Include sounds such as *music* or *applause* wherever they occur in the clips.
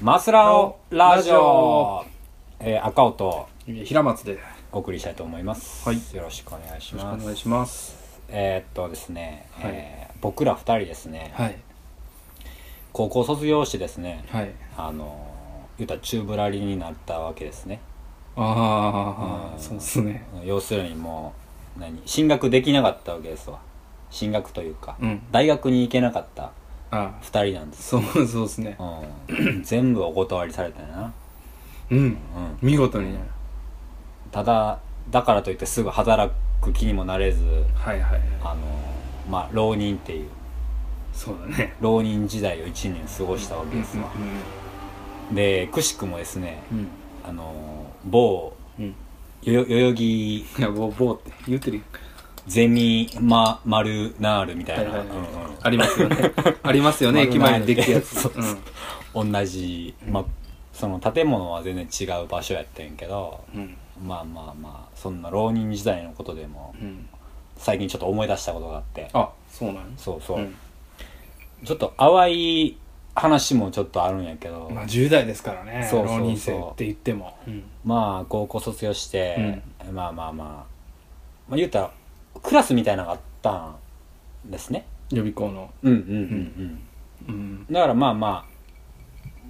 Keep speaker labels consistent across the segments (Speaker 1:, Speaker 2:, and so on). Speaker 1: マスラオラジオ、えー、赤尾と
Speaker 2: 平松でよ
Speaker 1: お送りしたいと思います、
Speaker 2: はい
Speaker 1: よろしくお願いし
Speaker 2: ろしく
Speaker 1: ま
Speaker 2: お
Speaker 1: す
Speaker 2: 願いします
Speaker 1: えーっとですね、
Speaker 2: はい
Speaker 1: えー僕ら二人ですね、
Speaker 2: はい
Speaker 1: 高校卒業してですね
Speaker 2: はい
Speaker 1: あのー言うたらチューブラリになったわけですね
Speaker 2: ああそうっすね
Speaker 1: 要するにもう何進学できなかったわけですわ進学というか、
Speaker 2: うん
Speaker 1: 大学に行けなかった
Speaker 2: ああ
Speaker 1: 二人なんです、
Speaker 2: そうそうっすね
Speaker 1: うん、 *clears throat* 全部お断りされたよな、
Speaker 2: うん
Speaker 1: うん、
Speaker 2: 見事にね
Speaker 1: ただだからといってすぐ働く気にもなれず
Speaker 2: はいはいはい
Speaker 1: あのまあ浪人っていう
Speaker 2: そうだね
Speaker 1: 浪人時代を1年過ごしたわ
Speaker 2: う
Speaker 1: け
Speaker 2: ん
Speaker 1: ですわ、でくしくもですね
Speaker 2: うん
Speaker 1: あの某
Speaker 2: うんうん
Speaker 1: 代々代々木
Speaker 2: いやぼぼうって言うてるよ
Speaker 1: ゼミママルナールみた
Speaker 2: はいい
Speaker 1: な、
Speaker 2: はい
Speaker 1: うん
Speaker 2: はいあります *laughs* よねありますよね駅前にできるやつ
Speaker 1: そうそううん同じ、まあその建物は全然違う場所やってんけど
Speaker 2: うんうん
Speaker 1: まあまあまあそんな浪人時代のことでも
Speaker 2: うん
Speaker 1: 最近ちょっと思い出したことがあって
Speaker 2: あそうなん
Speaker 1: そうそう、
Speaker 2: うん
Speaker 1: ちょっと淡い話もちょっとあるんやけど、
Speaker 2: まあ10代ですからね
Speaker 1: そうそうそう
Speaker 2: 浪人生って言ってもうん
Speaker 1: まあ高校卒業して、まあまあまあ、まあ、言うたらクラスみたいなのがあったんですね
Speaker 2: 予備校の
Speaker 1: うんうんうん
Speaker 2: うん
Speaker 1: うんだからまあま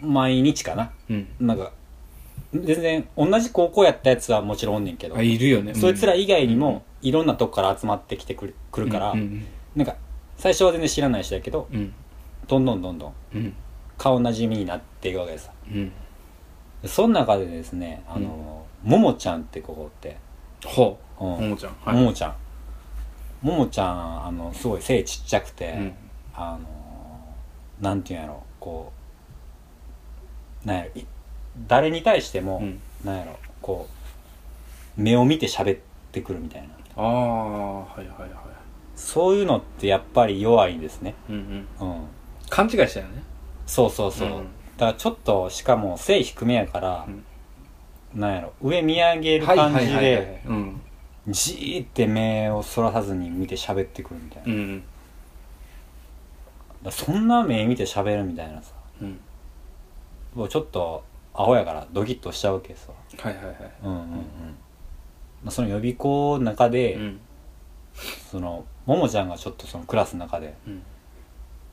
Speaker 1: あ毎日かな
Speaker 2: うん
Speaker 1: なんか全然同じ高校やったやつはもちろんおんねんけど
Speaker 2: あいるよね
Speaker 1: そいつら以外にもいろんなとこから集まってきてくるくるから、
Speaker 2: うんうん
Speaker 1: なんか最初は全然知らない人やけど
Speaker 2: うん
Speaker 1: どんどんどんどん
Speaker 2: うん
Speaker 1: 顔なじみになっていくわけです
Speaker 2: うん
Speaker 1: その中でですねあの、ももちゃんって子がおって、
Speaker 2: ほ
Speaker 1: うん
Speaker 2: うももちゃん
Speaker 1: も
Speaker 2: い
Speaker 1: もちゃんももちゃんあのすごい背ちっちゃくて、
Speaker 2: うん
Speaker 1: あのなんていうんやろこうなんやろい誰に対しても、
Speaker 2: うん
Speaker 1: なんやろこう目を見て喋ってくるみたいな
Speaker 2: ああはいはいは
Speaker 1: そういうのってやっぱり弱いんですね
Speaker 2: いうんうん
Speaker 1: うん
Speaker 2: 勘違いしたよね
Speaker 1: そうそうそう、
Speaker 2: うん
Speaker 1: だからちょっとしかも背低めやから、なんやろ上見上げる
Speaker 2: はいはい
Speaker 1: 感
Speaker 2: は
Speaker 1: じ
Speaker 2: い
Speaker 1: で、
Speaker 2: はいうん
Speaker 1: じーって目をそらさずに見て喋ってくるみたいな、だか
Speaker 2: うん
Speaker 1: らそんな目見て喋るみたいなさ
Speaker 2: うん
Speaker 1: もうちょっとアホやからドキッとしちゃうわけですわ
Speaker 2: はいはいは
Speaker 1: うんうんうん、まあ、その予備校の中で、
Speaker 2: いうん
Speaker 1: そのももちゃんがちょっとそのクラスの中で
Speaker 2: うん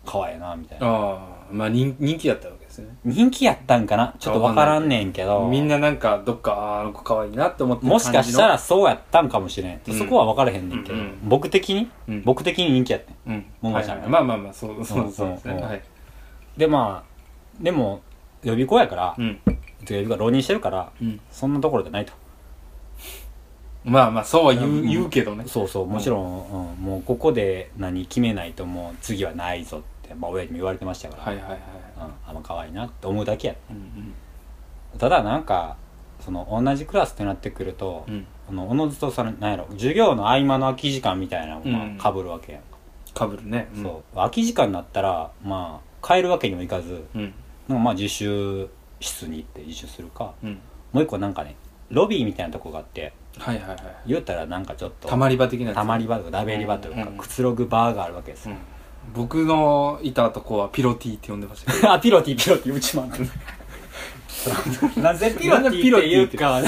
Speaker 1: 可愛いなみたいな
Speaker 2: ああまあ人人気だったわけですね
Speaker 1: 人気やったんかなちょっとわからんねんけど
Speaker 2: みんななんかどっかあーあの子可愛いなって思ってる
Speaker 1: もしかしたら
Speaker 2: 感
Speaker 1: そうやったんかもしれん、
Speaker 2: うん
Speaker 1: そこは分からへんねんけど、
Speaker 2: うんうん
Speaker 1: 僕的に、
Speaker 2: うん
Speaker 1: 僕的に人気やったん
Speaker 2: じのうん
Speaker 1: ももちゃん
Speaker 2: はいはいまあまあまあそうそううんそうですね
Speaker 1: うん
Speaker 2: はい
Speaker 1: でまあでも予備校やから、
Speaker 2: うん
Speaker 1: 予備校浪人してるから
Speaker 2: うん
Speaker 1: そんなところじゃないと
Speaker 2: まあまあそうは言
Speaker 1: う
Speaker 2: うん言うけどね
Speaker 1: そうそうもちろん、うんもうここで何決めないともう次はないぞって、まあ、親にも言われてましたから、
Speaker 2: はいはいはい
Speaker 1: うん、あんま可愛いなって思うだけや
Speaker 2: うん
Speaker 1: ただなんかその同じクラスってなってくると、
Speaker 2: うんうん
Speaker 1: あのおのずとそのなんやろ授業の合間の空き時間みたいな
Speaker 2: う
Speaker 1: の
Speaker 2: ん
Speaker 1: がかぶるわけやんか、
Speaker 2: かぶるねん
Speaker 1: そう空き時間になったらまあ帰るわけにもいかず
Speaker 2: うん
Speaker 1: なんかまあ自習室に行って自習するか
Speaker 2: うん
Speaker 1: もう一個なんかねロビーみたいなとこがあって
Speaker 2: はいはいはい
Speaker 1: 言うたらなんかちょっと
Speaker 2: たまり場的なやつ
Speaker 1: たまり場とかラベリ場というか
Speaker 2: うん
Speaker 1: くつろぐバーがあるわけですよ、
Speaker 2: 僕のいたとこはピロティって呼んでました
Speaker 1: *laughs*
Speaker 2: け
Speaker 1: あピロティピロティうちもあった *laughs* なぜピロティって *laughs* いうか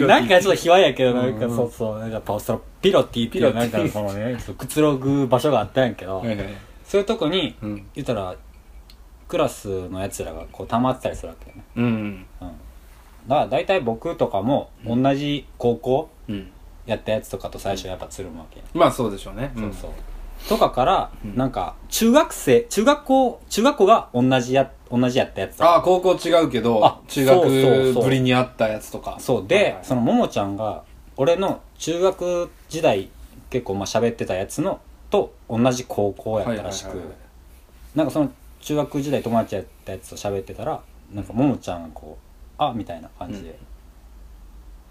Speaker 2: ど
Speaker 1: なんかちょっと卑猥やけど、
Speaker 2: うん
Speaker 1: な
Speaker 2: うん
Speaker 1: んかそうそう、なんかパストロ、ピロティっていうなんかそのね、そうくつろぐ場所があったんやけど、
Speaker 2: はいはい
Speaker 1: そういうとこに、
Speaker 2: うん
Speaker 1: 言ったら、クラスのやつらがこう溜まってたりするわけよね。
Speaker 2: うん
Speaker 1: うん。だから大体僕とかも、同じ高校
Speaker 2: うん
Speaker 1: やったやつとかと最初やっぱつるむわけよ、
Speaker 2: まあそうでしょうねうん
Speaker 1: そうそう。とかから、
Speaker 2: うん
Speaker 1: なんか、中学生、中学校、中学校が同じや、同じやったやつとか。
Speaker 2: ああ高校違うけ
Speaker 1: あ
Speaker 2: ど中
Speaker 1: そうそう
Speaker 2: 学
Speaker 1: そう
Speaker 2: ぶりにあったやつとか
Speaker 1: そうで、
Speaker 2: はいはい
Speaker 1: そのももちゃんが俺の中学時代結構まあ喋ってたやつのと同じ高校やったらしく、
Speaker 2: はいはいはいはい
Speaker 1: なんかその中学時代友達やったやつと喋ってたらなんかももちゃんがこう「あみたいな感じ
Speaker 2: う
Speaker 1: で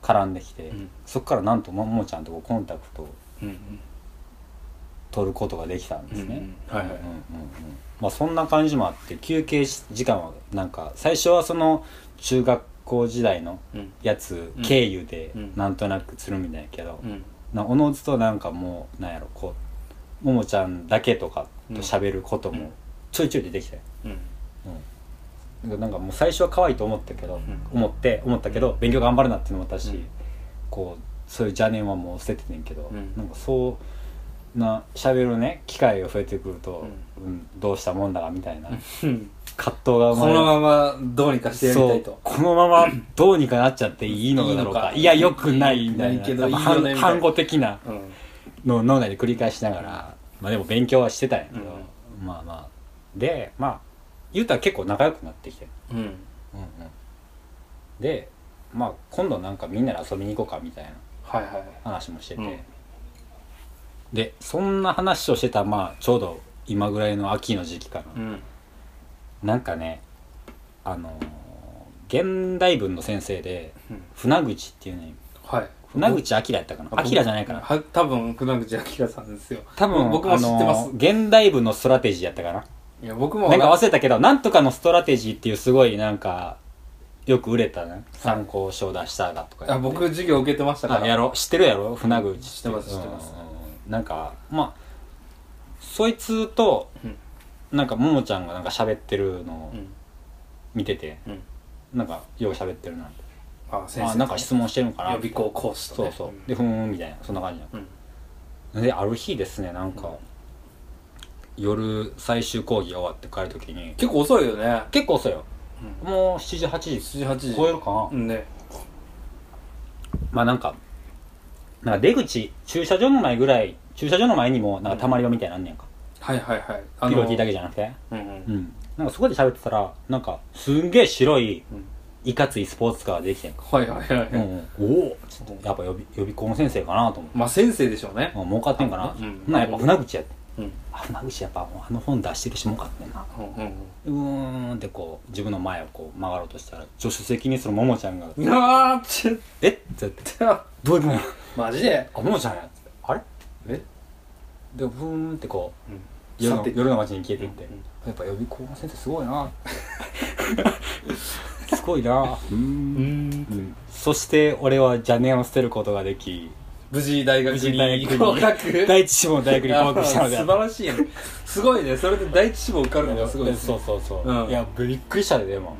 Speaker 1: 絡んできて、
Speaker 2: うん
Speaker 1: そっからなんとももちゃんとこうコンタクトを
Speaker 2: うんうん
Speaker 1: 取ることができたんですね、
Speaker 2: うんはいはい
Speaker 1: うんうんうんまあ、そんな感じもあって休憩し時間はなんか最初はその中学校時代の
Speaker 2: うん
Speaker 1: やつ
Speaker 2: うん
Speaker 1: 経由で
Speaker 2: うん
Speaker 1: なんとなくつるみたいやけど、
Speaker 2: うん
Speaker 1: なおのずとなんかもうなんやろこうももちゃんだけとかと喋ることもちょいちょい出てきたよ、
Speaker 2: うん
Speaker 1: うんなんかもう最初は可愛いと思ったけど、思って思ったけど勉強頑張るなっていうのもあったし、
Speaker 2: うん
Speaker 1: こうそういう邪念はもう捨てててんけど、
Speaker 2: うん
Speaker 1: なんかそうな喋るね機会が増えてくると、うんどうしたもんだかみたいな
Speaker 2: うん
Speaker 1: 葛藤が生ま
Speaker 2: こ
Speaker 1: れる
Speaker 2: のままどうにかしてやりたい
Speaker 1: そう
Speaker 2: と。
Speaker 1: このままどうにかなっちゃっていいのだろうか
Speaker 2: いいのか
Speaker 1: いやよくないみたいな
Speaker 2: ないけど
Speaker 1: やっぱ
Speaker 2: いい
Speaker 1: 反
Speaker 2: よねみたいな
Speaker 1: 反語的な
Speaker 2: うん
Speaker 1: のを脳内で繰り返しながら、まあ、でも勉強はしてたんやけど、
Speaker 2: う
Speaker 1: まあまあでまあ言うたら結構仲良くなってきて、
Speaker 2: うん。
Speaker 1: でまあ今度なんかみんなで遊びに行こうかみたいな
Speaker 2: はいはい。
Speaker 1: 話もしてて、
Speaker 2: うん
Speaker 1: でそんな話をしてたまあちょうど今ぐらいの秋の時期かな、
Speaker 2: うん。
Speaker 1: なんかねあのー現代文の先生で
Speaker 2: うん
Speaker 1: 船口っていうね
Speaker 2: はい。
Speaker 1: 船口明やったかな明じゃないかな
Speaker 2: は多分、船口明さんですよ。
Speaker 1: 多分
Speaker 2: 僕も知ってます
Speaker 1: あのー現代文のストラテジーやったかない
Speaker 2: や、僕も
Speaker 1: なんか忘れたけど、なんとかのストラテジーっていうすごいなんか、よく売れたね。参考書を出したらとか言
Speaker 2: あ
Speaker 1: って。
Speaker 2: 僕、授業受けてましたか
Speaker 1: あ、
Speaker 2: ら。
Speaker 1: やろ知ってるやろ船口
Speaker 2: 知ってます知ってます
Speaker 1: うんなんか、まあ、そいつと、
Speaker 2: うん
Speaker 1: なんかももちゃんがなんか喋ってるのを
Speaker 2: うん。
Speaker 1: 見てて、
Speaker 2: うん。
Speaker 1: なんかよう喋ってるなって。
Speaker 2: あ、先
Speaker 1: あ、
Speaker 2: 生。
Speaker 1: なんか質問してるのかな
Speaker 2: 予備校講師と
Speaker 1: そう
Speaker 2: ね。
Speaker 1: そう。で、ふーんみたいな、そんな感じなの
Speaker 2: うん。
Speaker 1: である日ですねなんか、夜最終講義が終わって帰る時に
Speaker 2: 結構遅いよね。
Speaker 1: 結構遅いよ
Speaker 2: うん。
Speaker 1: もう7時8時
Speaker 2: 7時、8時。
Speaker 1: 超えるかな、
Speaker 2: うんね。
Speaker 1: まあなんかなんか出口駐車場の前ぐらい駐車場の前にもなんかたまり場みたいなのあんねんか、
Speaker 2: はいはいはい。
Speaker 1: ピロティだけ
Speaker 2: け。
Speaker 1: じゃなくて
Speaker 2: うんう。
Speaker 1: うんんなんかそこで喋ってたらなんかすんげえ白い
Speaker 2: うん
Speaker 1: いかついスポーツカーができてんか、
Speaker 2: はいはいはいうは
Speaker 1: ん
Speaker 2: い。
Speaker 1: うんおおっつってやっぱ予備予備校の先生かなと思って、
Speaker 2: まあ、先生でしょうね。
Speaker 1: うん儲かってんかな、
Speaker 2: うん
Speaker 1: ほなやっぱ船口やって
Speaker 2: うん。
Speaker 1: あ船口やっぱもうあの本出してるし儲かってんな
Speaker 2: うんうんうん。
Speaker 1: うーんってこう自分の前をこう曲がろうとしたら助手席にそのももちゃんが
Speaker 2: いやーちょっ
Speaker 1: 「えっ?」ってやって
Speaker 2: と
Speaker 1: 「どういうことや
Speaker 2: マジで
Speaker 1: あももちゃんや」って「あれ?」
Speaker 2: え
Speaker 1: でブーンってこう
Speaker 2: うん
Speaker 1: 夜
Speaker 2: 去
Speaker 1: の
Speaker 2: っていった
Speaker 1: 夜の街に消えていって、
Speaker 2: うんうん
Speaker 1: やっぱ予備校の先生すごい
Speaker 2: *laughs*
Speaker 1: なすごいなう、
Speaker 2: うんん
Speaker 1: うん、そして俺は邪念を捨てることができ
Speaker 2: 無事大学
Speaker 1: 無事大
Speaker 2: に
Speaker 1: 学に
Speaker 2: 合格
Speaker 1: 第一志望の大学に合格したので
Speaker 2: あ
Speaker 1: あ
Speaker 2: 素
Speaker 1: る
Speaker 2: 晴らしいやんすごいねそれで第一志望受かるのがすごいです
Speaker 1: そうそうそう、
Speaker 2: うん
Speaker 1: いやびっくりしたででも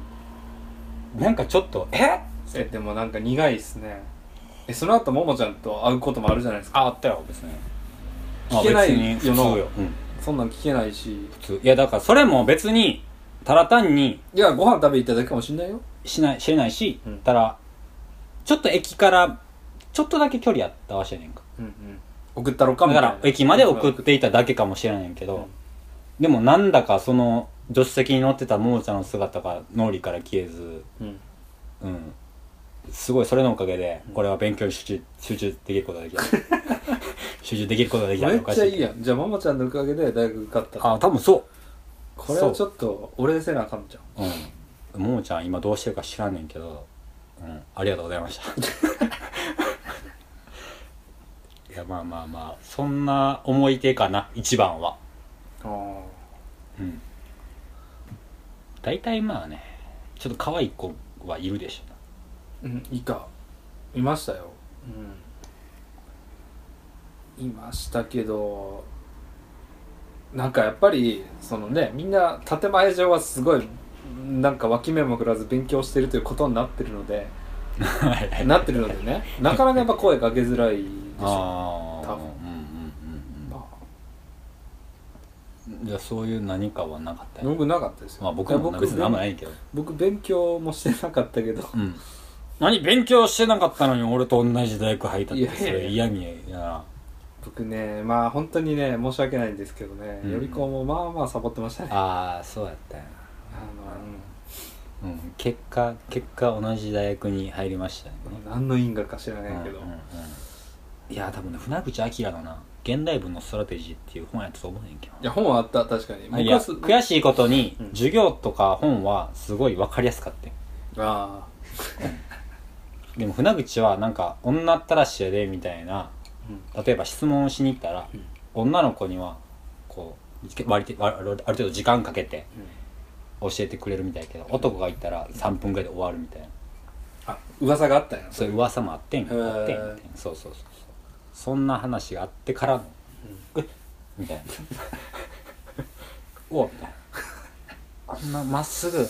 Speaker 1: なんかちょっと「えっ?」
Speaker 2: えでもなんか苦いっすねえその後ももちゃんと会うこともあるじゃないですか
Speaker 1: ああったよ別に
Speaker 2: 聞けな
Speaker 1: まあ
Speaker 2: い
Speaker 1: 別に
Speaker 2: よな
Speaker 1: 普通よ、うん
Speaker 2: そんなん聞けないし
Speaker 1: 普通いやだからそれも別にただ単に
Speaker 2: いやご飯食べ行っただけかもしんないよ
Speaker 1: しない知れないし、
Speaker 2: うん
Speaker 1: ただちょっと駅からちょっとだけ距離あったわしやねんか
Speaker 2: うんうん送ったろか
Speaker 1: だ
Speaker 2: みた
Speaker 1: か
Speaker 2: いな
Speaker 1: ら駅まで送っていただけかもしれないけど、でもなんだかその助手席に乗ってたももちゃんの姿が脳裏から消えず
Speaker 2: うん
Speaker 1: うんすごいそれのおかげで俺は勉強に集中集中できることができた
Speaker 2: *laughs*
Speaker 1: 集中できることができた
Speaker 2: め
Speaker 1: の
Speaker 2: っ
Speaker 1: おかし
Speaker 2: ちゃ
Speaker 1: い
Speaker 2: いい
Speaker 1: けど
Speaker 2: やんじゃあももちゃんのおかげで大学受かった
Speaker 1: あ多分そう
Speaker 2: これはちょっとお礼せなあかんじゃん
Speaker 1: うん。ももちゃん今どうしてるか知らんねんけど、うん、ありがとうございました。 *laughs* いや、まあまあまあ、そんな思い出かな、一番は。
Speaker 2: あー
Speaker 1: うん。大体まあね、ちょっと可愛い子はいるでしょ。
Speaker 2: うん、いかいましたよ、うん、いましたけどなんかやっぱりそのねみんな建前上はすごいなんか脇目も振らず勉強してるということになってるので
Speaker 1: はい *laughs* はい
Speaker 2: なってるのでねなかなかやっぱ声かけづらいでしょ
Speaker 1: ああ、うんうん
Speaker 2: 多分ま
Speaker 1: うんうん。じゃあそういう何かはなかった
Speaker 2: あ
Speaker 1: よね。
Speaker 2: 僕なかったですよ
Speaker 1: まあ僕も
Speaker 2: いや
Speaker 1: 別に何もな
Speaker 2: 勉
Speaker 1: いけど。
Speaker 2: 僕勉強もしてなかったけど *laughs*
Speaker 1: うん。何勉強してなかったのに俺と同じ大学入ったっ
Speaker 2: い
Speaker 1: て
Speaker 2: やいやい
Speaker 1: そ
Speaker 2: や
Speaker 1: れ嫌みやな。
Speaker 2: 僕ねまあ本当にね申し訳ないんですけどね、
Speaker 1: うん
Speaker 2: 予備校もまあまあサボってましたねあ
Speaker 1: ああ、そうやったよ
Speaker 2: の、う
Speaker 1: な。
Speaker 2: ん
Speaker 1: うん。結果、結果同じ大学に入りましたよ
Speaker 2: 何の因果か知らない
Speaker 1: ね。
Speaker 2: けど、
Speaker 1: うんうんうんいや、多分ね、船口明のな、現代文のストラテジーっていう本やったと思うねんけど
Speaker 2: いや本はあった確かに
Speaker 1: な。い
Speaker 2: 僕
Speaker 1: や、
Speaker 2: はす
Speaker 1: 悔しいことに
Speaker 2: うん、
Speaker 1: 授業とか本はすごい分かりやすかったよ。
Speaker 2: あ
Speaker 1: でも船口はなんか、女ったらしやで、みたいな、例えば質問をしに行ったら、
Speaker 2: うん
Speaker 1: 女の子には、こう、割りて割ある程度時間かけて
Speaker 2: うん
Speaker 1: 教えてくれるみたいやけど、男が行ったら3分ぐらいで終わるみたいな。
Speaker 2: あ噂があったんや
Speaker 1: そういう噂もあってん
Speaker 2: へー
Speaker 1: あってんみたいなそうそうそうそうそんな話があってからの「えみたいな *laughs* 「おみたいなあんなまっすぐ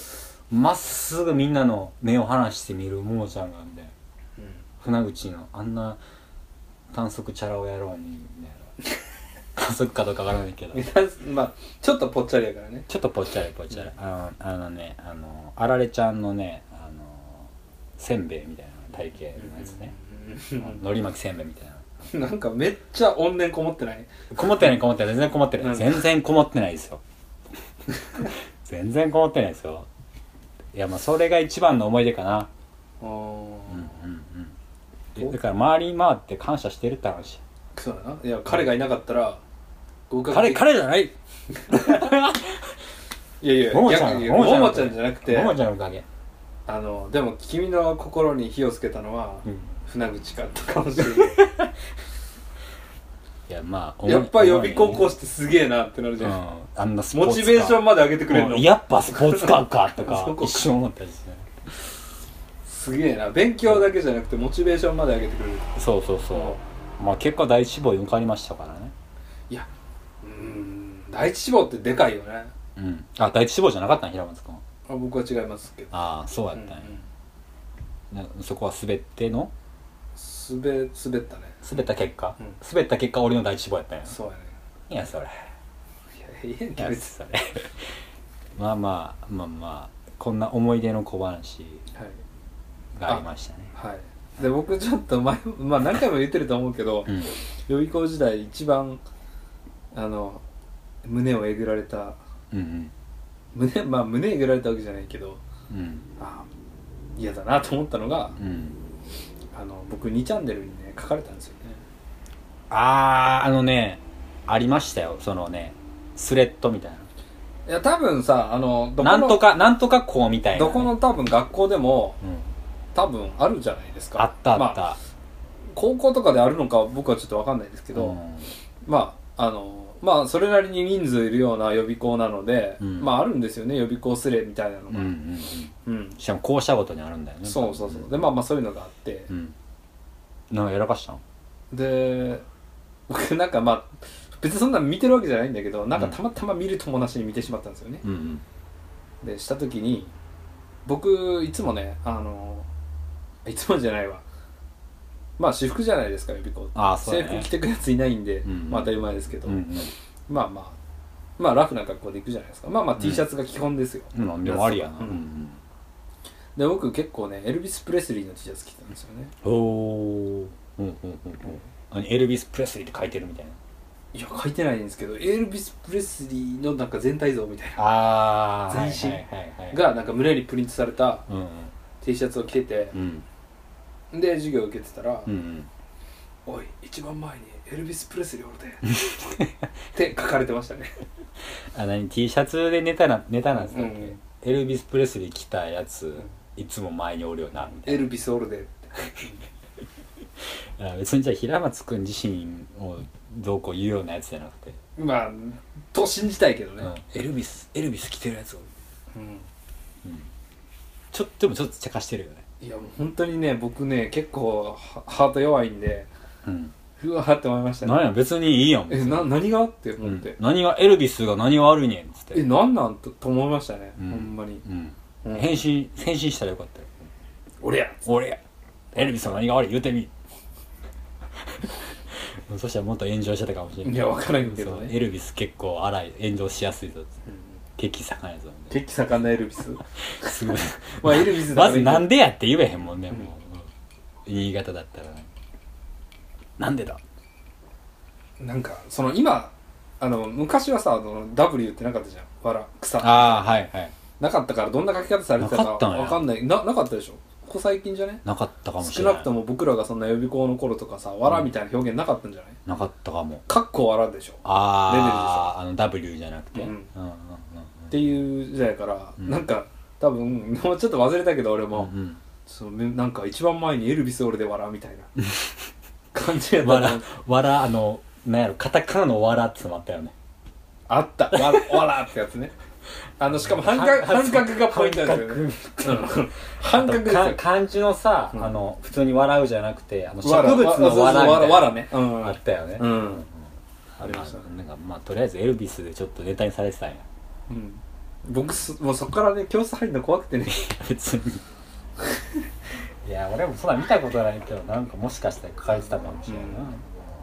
Speaker 1: まっすぐみんなの目を離して見るももちゃんなんで船口のあんな短足チャラ男やろうにみたいな短足かどうかわからないけど
Speaker 2: みんなまあちょっとぽっちゃりやからね
Speaker 1: ちょっとぽっちゃりぽっちゃりあのあのねあのあられちゃんのねあのせんべいみたいな体型のやつねのり巻きせんべいみたいな
Speaker 2: うんなんかめっちゃ怨念こもってない
Speaker 1: こもってないこもってない全然こもってない
Speaker 2: うん
Speaker 1: 全然こもってないです
Speaker 2: *laughs*
Speaker 1: よ全然こもってないですよいやまあそれが一番の思い出かな
Speaker 2: あ
Speaker 1: うん
Speaker 2: ー
Speaker 1: うんうんだから周りに回って感謝してるって話
Speaker 2: そうだないや彼がいなかったら合格で
Speaker 1: 彼彼
Speaker 2: き
Speaker 1: じゃない
Speaker 2: いやいや
Speaker 1: ももちゃん
Speaker 2: 逆に
Speaker 1: ももちゃん
Speaker 2: ももちゃんじゃなくて
Speaker 1: ももちゃんのおかげ
Speaker 2: あのでも君の心に火をつけたのは
Speaker 1: うん
Speaker 2: 船口かったかも
Speaker 1: *laughs*
Speaker 2: しれない
Speaker 1: いやまあ
Speaker 2: やっぱ予備高校
Speaker 1: 生
Speaker 2: してすげえなってなるじ
Speaker 1: う
Speaker 2: ゃ
Speaker 1: ん
Speaker 2: ん、
Speaker 1: あんなスポーツ
Speaker 2: モチベーションまで上げてくれる
Speaker 1: う
Speaker 2: の
Speaker 1: んやっぱスポーツカーかとか
Speaker 2: *laughs* そこ
Speaker 1: 一瞬思ったりして
Speaker 2: すげえな勉強だけじゃなくてモチベーションまで上げてくれる
Speaker 1: そうそうそうまあ結果第一志望に受かりましたからね
Speaker 2: いやうーん第一志望ってでかいよね
Speaker 1: うんあ第一志望じゃなかったん平松君
Speaker 2: あ僕は違いますけど
Speaker 1: ああそうやったんや、なそこは滑っての
Speaker 2: すべ滑滑ったね
Speaker 1: 滑った結果、
Speaker 2: うん
Speaker 1: 滑った結果俺の第一志望やったんや
Speaker 2: そうやね
Speaker 1: いやそれ
Speaker 2: い *laughs* やいいん
Speaker 1: い
Speaker 2: だ
Speaker 1: や
Speaker 2: 別
Speaker 1: それ *laughs* まあまあまあまあこんな思い出の小話
Speaker 2: にはい
Speaker 1: がありましたね
Speaker 2: はいで僕ちょっと前もまあ何回も言ってると思うけど
Speaker 1: うん
Speaker 2: 予備校時代一番あの胸をえぐられた
Speaker 1: うん
Speaker 2: 胸まあ胸えぐられたわけじゃないけど
Speaker 1: うんうん
Speaker 2: あ嫌だなと思ったのが
Speaker 1: うん
Speaker 2: あの僕2チャンネルにね書かれたんですよね
Speaker 1: あああのねありましたよそのねスレッドみたい
Speaker 2: いや多分さあのど
Speaker 1: な
Speaker 2: こ
Speaker 1: な
Speaker 2: の
Speaker 1: んとかなんとかこうみたいなね、
Speaker 2: どこの多分学校でも
Speaker 1: うん、
Speaker 2: 多分あるじゃないですか
Speaker 1: あったあっ
Speaker 2: まあ、
Speaker 1: た、
Speaker 2: 高校とかであるのかは僕はちょっと分かんないですけど、
Speaker 1: うん
Speaker 2: まああのまあそれなりに人数いるような予備校なので、
Speaker 1: うん
Speaker 2: まああるんですよね予備校スレみたいなの
Speaker 1: うんう
Speaker 2: が
Speaker 1: んうん
Speaker 2: うん
Speaker 1: しかも校舎ごとにあるんだよね
Speaker 2: そうそうそうでまあまあそういうのがあって
Speaker 1: う、んなんかやらかしたん
Speaker 2: で僕なんかまあ別にそんな見てるわけじゃないんだけどなんかたまたま見る友達に見てしまったんですよね、
Speaker 1: うんうん
Speaker 2: でした時に僕いつもねあのいつもじゃないわまあ私服じゃないですか予備校って
Speaker 1: ああそう
Speaker 2: 制
Speaker 1: だ
Speaker 2: 服
Speaker 1: ね
Speaker 2: 着てくやついないんで、
Speaker 1: うん
Speaker 2: まあ当たり前ですけど、
Speaker 1: うんうん
Speaker 2: まあまあまあラフな格好で行くじゃないですかまあまあ
Speaker 1: うん
Speaker 2: T シャツが基本ですよ、
Speaker 1: うん、でもありやな、
Speaker 2: う
Speaker 1: うんん
Speaker 2: で僕結構ねエルビス・プレスリーの T シャツ着てたんですよね
Speaker 1: うん、おおーうんうんうんうんあのエルビス・プレスリーって書いてるみたいない
Speaker 2: や書いてないんですけどエルビス・プレスリーのなんか全体像みたいな
Speaker 1: あ
Speaker 2: ー全身
Speaker 1: はいはいはいはい、
Speaker 2: がなんか胸にプリントされた
Speaker 1: うん
Speaker 2: T シャツを着てて
Speaker 1: う、ん
Speaker 2: で授業受けてたら、
Speaker 1: うんうん
Speaker 2: おい一番前にエルビス・プレスリーおるでって書かれてました *laughs* ね
Speaker 1: あ何 T シャツでネタなネタなんですかっけ、
Speaker 2: うん
Speaker 1: エルビス・プレスリー着たやつ
Speaker 2: ん
Speaker 1: いつも前におるよなみた
Speaker 2: エ
Speaker 1: いな
Speaker 2: ルビス・オルデって
Speaker 1: あ別にじゃあ平松君自身をどうこう言うようなやつじゃなくて、
Speaker 2: まあと信じたいけどね、
Speaker 1: エルビスエルビス着てるやつを
Speaker 2: うん
Speaker 1: ちょっとでもちょっと茶化してるよね
Speaker 2: いやもう本当にね僕ね結構はハート弱いんで
Speaker 1: うん
Speaker 2: うわーって思いました
Speaker 1: 何
Speaker 2: ね
Speaker 1: や別にいいやん
Speaker 2: えな何がって
Speaker 1: う
Speaker 2: 思っ
Speaker 1: ん
Speaker 2: て、
Speaker 1: 何がエルビスが何が悪いねんっつって
Speaker 2: えなんなんとと思いましたね、
Speaker 1: うん
Speaker 2: ほんまに、
Speaker 1: うん
Speaker 2: うん
Speaker 1: 変身変身したらよかったよ
Speaker 2: 俺や
Speaker 1: 俺やエルビスは何が悪い言うてみ *laughs* そしたらもっと炎上してたかもしれない
Speaker 2: いやわからんけど
Speaker 1: そう
Speaker 2: ね
Speaker 1: エルビス結構荒い炎上しやすいぞ激盛んやぞみたい
Speaker 2: 血気盛んなエルビス
Speaker 1: なすごい
Speaker 2: まあエルビス
Speaker 1: *laughs* ま
Speaker 2: だからい
Speaker 1: ず
Speaker 2: いけど
Speaker 1: なんでやって言えへんもんねもう新潟だったらねなんでだ
Speaker 2: なんかその今あの昔はさあの W ってなかったじゃん「わら」「草」
Speaker 1: ああはいはい
Speaker 2: なかったからどんな書き方されてたか
Speaker 1: なかったんや
Speaker 2: わかんないななかったでしょここ最近じゃね
Speaker 1: なかったかもし
Speaker 2: 少
Speaker 1: れな
Speaker 2: ないくとも僕らがそんな予備校の頃とかさ「わら」みたいな表現なかったんじゃない、
Speaker 1: なかったかも
Speaker 2: かっこわらでしょ
Speaker 1: あああの W じゃなくて、
Speaker 2: うん
Speaker 1: うんうんうん
Speaker 2: っていう時代から、
Speaker 1: うん
Speaker 2: なんか多分 *laughs* もうちょっと忘れたけど俺
Speaker 1: うん
Speaker 2: も、
Speaker 1: うん
Speaker 2: そのめなんか一番前にエルビス・オルで笑うみたいな感じやった
Speaker 1: わ
Speaker 2: な
Speaker 1: ら、わら、あの、なんやろ、カタカナのわらってのもあったよね。
Speaker 2: あったわわらってやつねあのしかも半角半角がポイントなんですよねうん半角ですよ
Speaker 1: か漢字のさ、あの、普通に笑うじゃなくて、あの、植
Speaker 2: わら
Speaker 1: 物のわらみ
Speaker 2: わ
Speaker 1: た
Speaker 2: ら
Speaker 1: い
Speaker 2: わ
Speaker 1: な
Speaker 2: らねう
Speaker 1: あ
Speaker 2: ん
Speaker 1: ったよね。
Speaker 2: うん
Speaker 1: あ
Speaker 2: ありましたね
Speaker 1: *laughs* なんか、まあ、とりあえずエルビスでちょっとネタにされてたんや。
Speaker 2: うん僕そもうそこからね教室入るの怖くてね *laughs*
Speaker 1: 別にいや俺もそんな見たことないけどなんかもしかしたら書かれてたかもしれないな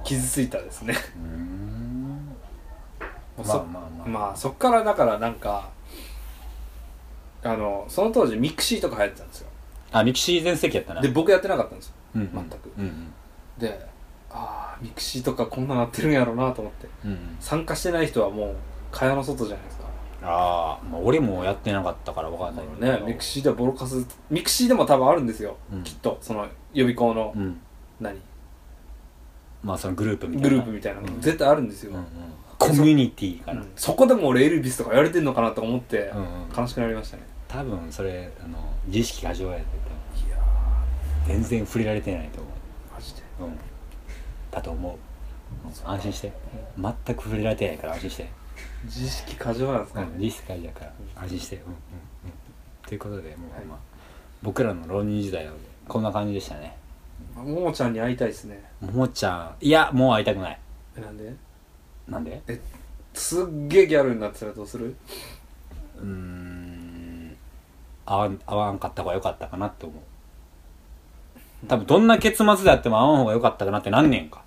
Speaker 2: 傷ついたですね
Speaker 1: うーんまあ
Speaker 2: もうそ
Speaker 1: まあまあ
Speaker 2: まあそっからだからなんかあのその当時ミクシーとか流行ってたんですよ
Speaker 1: あミキシー全盛期やったな
Speaker 2: で僕やってなかったんですよ
Speaker 1: うんうん
Speaker 2: 全く
Speaker 1: うんうん
Speaker 2: でああミクシーとかこんななってるんやろうなと思って
Speaker 1: うんうん
Speaker 2: 参加してない人はもう蚊帳の外じゃないですか
Speaker 1: ああ、まあ、俺もやってなかったから分かんないけ
Speaker 2: ね
Speaker 1: ど
Speaker 2: ミクシーでボロカスミクシーでも多分あるんですよ、
Speaker 1: うん
Speaker 2: きっとその予備校の
Speaker 1: うん
Speaker 2: 何
Speaker 1: まあそのグループみたいな
Speaker 2: グループみたいなの
Speaker 1: うん
Speaker 2: 絶対あるんですよ、
Speaker 1: うんうん、コミュニティかな、
Speaker 2: うんそこでも俺エルビスとか言われてんのかなと思って
Speaker 1: うんうん
Speaker 2: 悲しくなりましたね
Speaker 1: 多分それあの自意識が味わえてて
Speaker 2: いや
Speaker 1: 全然触れられてないと思
Speaker 2: ーマジで
Speaker 1: う、うん、だと思ううん安心して全く触れられてないから安心して
Speaker 2: 自意識過剰なんですかね、
Speaker 1: リスカイだから安心してうんうんうんということでもう、
Speaker 2: はい
Speaker 1: まあ、僕らの浪人時代はこんな感じでしたね
Speaker 2: ももちゃんに会いたいですね
Speaker 1: ももちゃんいやもう会いたくない
Speaker 2: えなんで
Speaker 1: なんです
Speaker 2: っげえギャルになってたらどうする
Speaker 1: うーん会わん会わんかった方が良かったかなって思う多分どんな結末であっても会わん方が良かったかなってなんねんか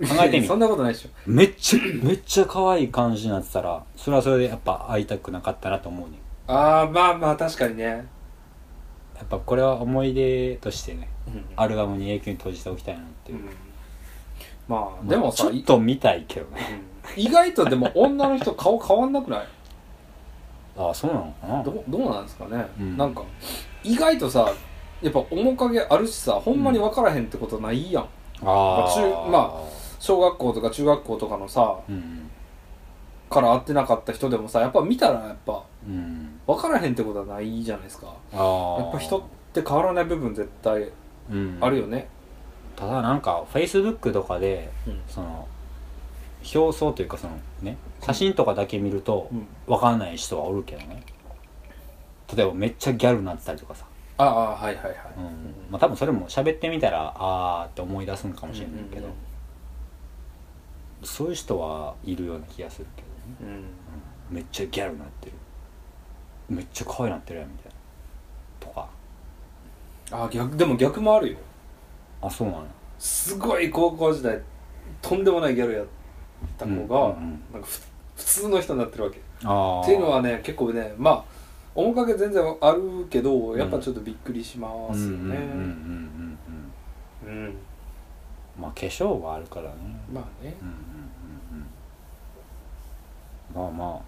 Speaker 1: 考えてみ
Speaker 2: *laughs* そんなことないでしょ
Speaker 1: めっちゃめっちゃ可愛い感じになってたらそれはそれでやっぱ会いたくなかったなと思うねん
Speaker 2: ああまあまあ確かにね、
Speaker 1: やっぱこれは思い出としてね
Speaker 2: うん
Speaker 1: アルバムに影響に閉じておきたいなっていうう、
Speaker 2: んまあでも
Speaker 1: ち
Speaker 2: さ
Speaker 1: ょっと見たいけどね
Speaker 2: い *laughs* うん意外とでも女の人顔変わんなくない
Speaker 1: ああそうなのかな
Speaker 2: どどうなんですかね、
Speaker 1: うん
Speaker 2: なんか意外とさやっぱ面影あるしさほんまに分からへんってことないやん、
Speaker 1: あ
Speaker 2: 中ま小学校とか中学校とかのさ
Speaker 1: あうん
Speaker 2: から会ってなかった人でもさやっぱ見たらやっぱ
Speaker 1: うん
Speaker 2: 分からへんってことはないじゃないですか
Speaker 1: ああ
Speaker 2: やっぱ人って変わらない部分絶対
Speaker 1: うん
Speaker 2: あるよね、
Speaker 1: ただなんかフェイスブックとかでその表層というかそのね写真とかだけ見ると
Speaker 2: うん
Speaker 1: 分かんない人はおるけどね例えばめっちゃギャルになってたりとかさ、
Speaker 2: ああはいはいはい、
Speaker 1: うんまあ、多分それも喋ってみたらああって思い出すんかもしれないけど、
Speaker 2: うん
Speaker 1: そういう人はいるような気がするけどね
Speaker 2: うんうん
Speaker 1: めっちゃギャルになってるめっちゃ可愛いなってるやんみたいなとか
Speaker 2: ああ逆でも逆もあるよ
Speaker 1: あそうなの
Speaker 2: すごい高校時代とんでもないギャルやった子
Speaker 1: う
Speaker 2: が、
Speaker 1: んうん
Speaker 2: なんかふ普通の人になってるわけっ
Speaker 1: ああ
Speaker 2: ていうのはね結構ねまあ面影全然あるけどやっぱちょっとびっくりしますよね
Speaker 1: うんうんうんうん
Speaker 2: うん、
Speaker 1: うんうんまあ化粧はあるからね
Speaker 2: まあね
Speaker 1: うんうんうんうんまあまあ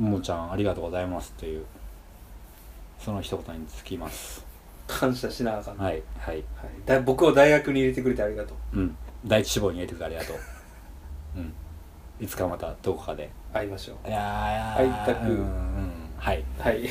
Speaker 1: ももちゃんありがとうございますというその一言につきます
Speaker 2: 感謝しなあかん、はい
Speaker 1: はいはい
Speaker 2: だ僕を大学に入れてくれてありがとう
Speaker 1: うん第一志望に入れてくれてありがとううんいつかまたどこかで
Speaker 2: 会いましょ
Speaker 1: いやー
Speaker 2: 会いたく
Speaker 1: うんうんはい
Speaker 2: は
Speaker 1: は
Speaker 2: い
Speaker 1: いはい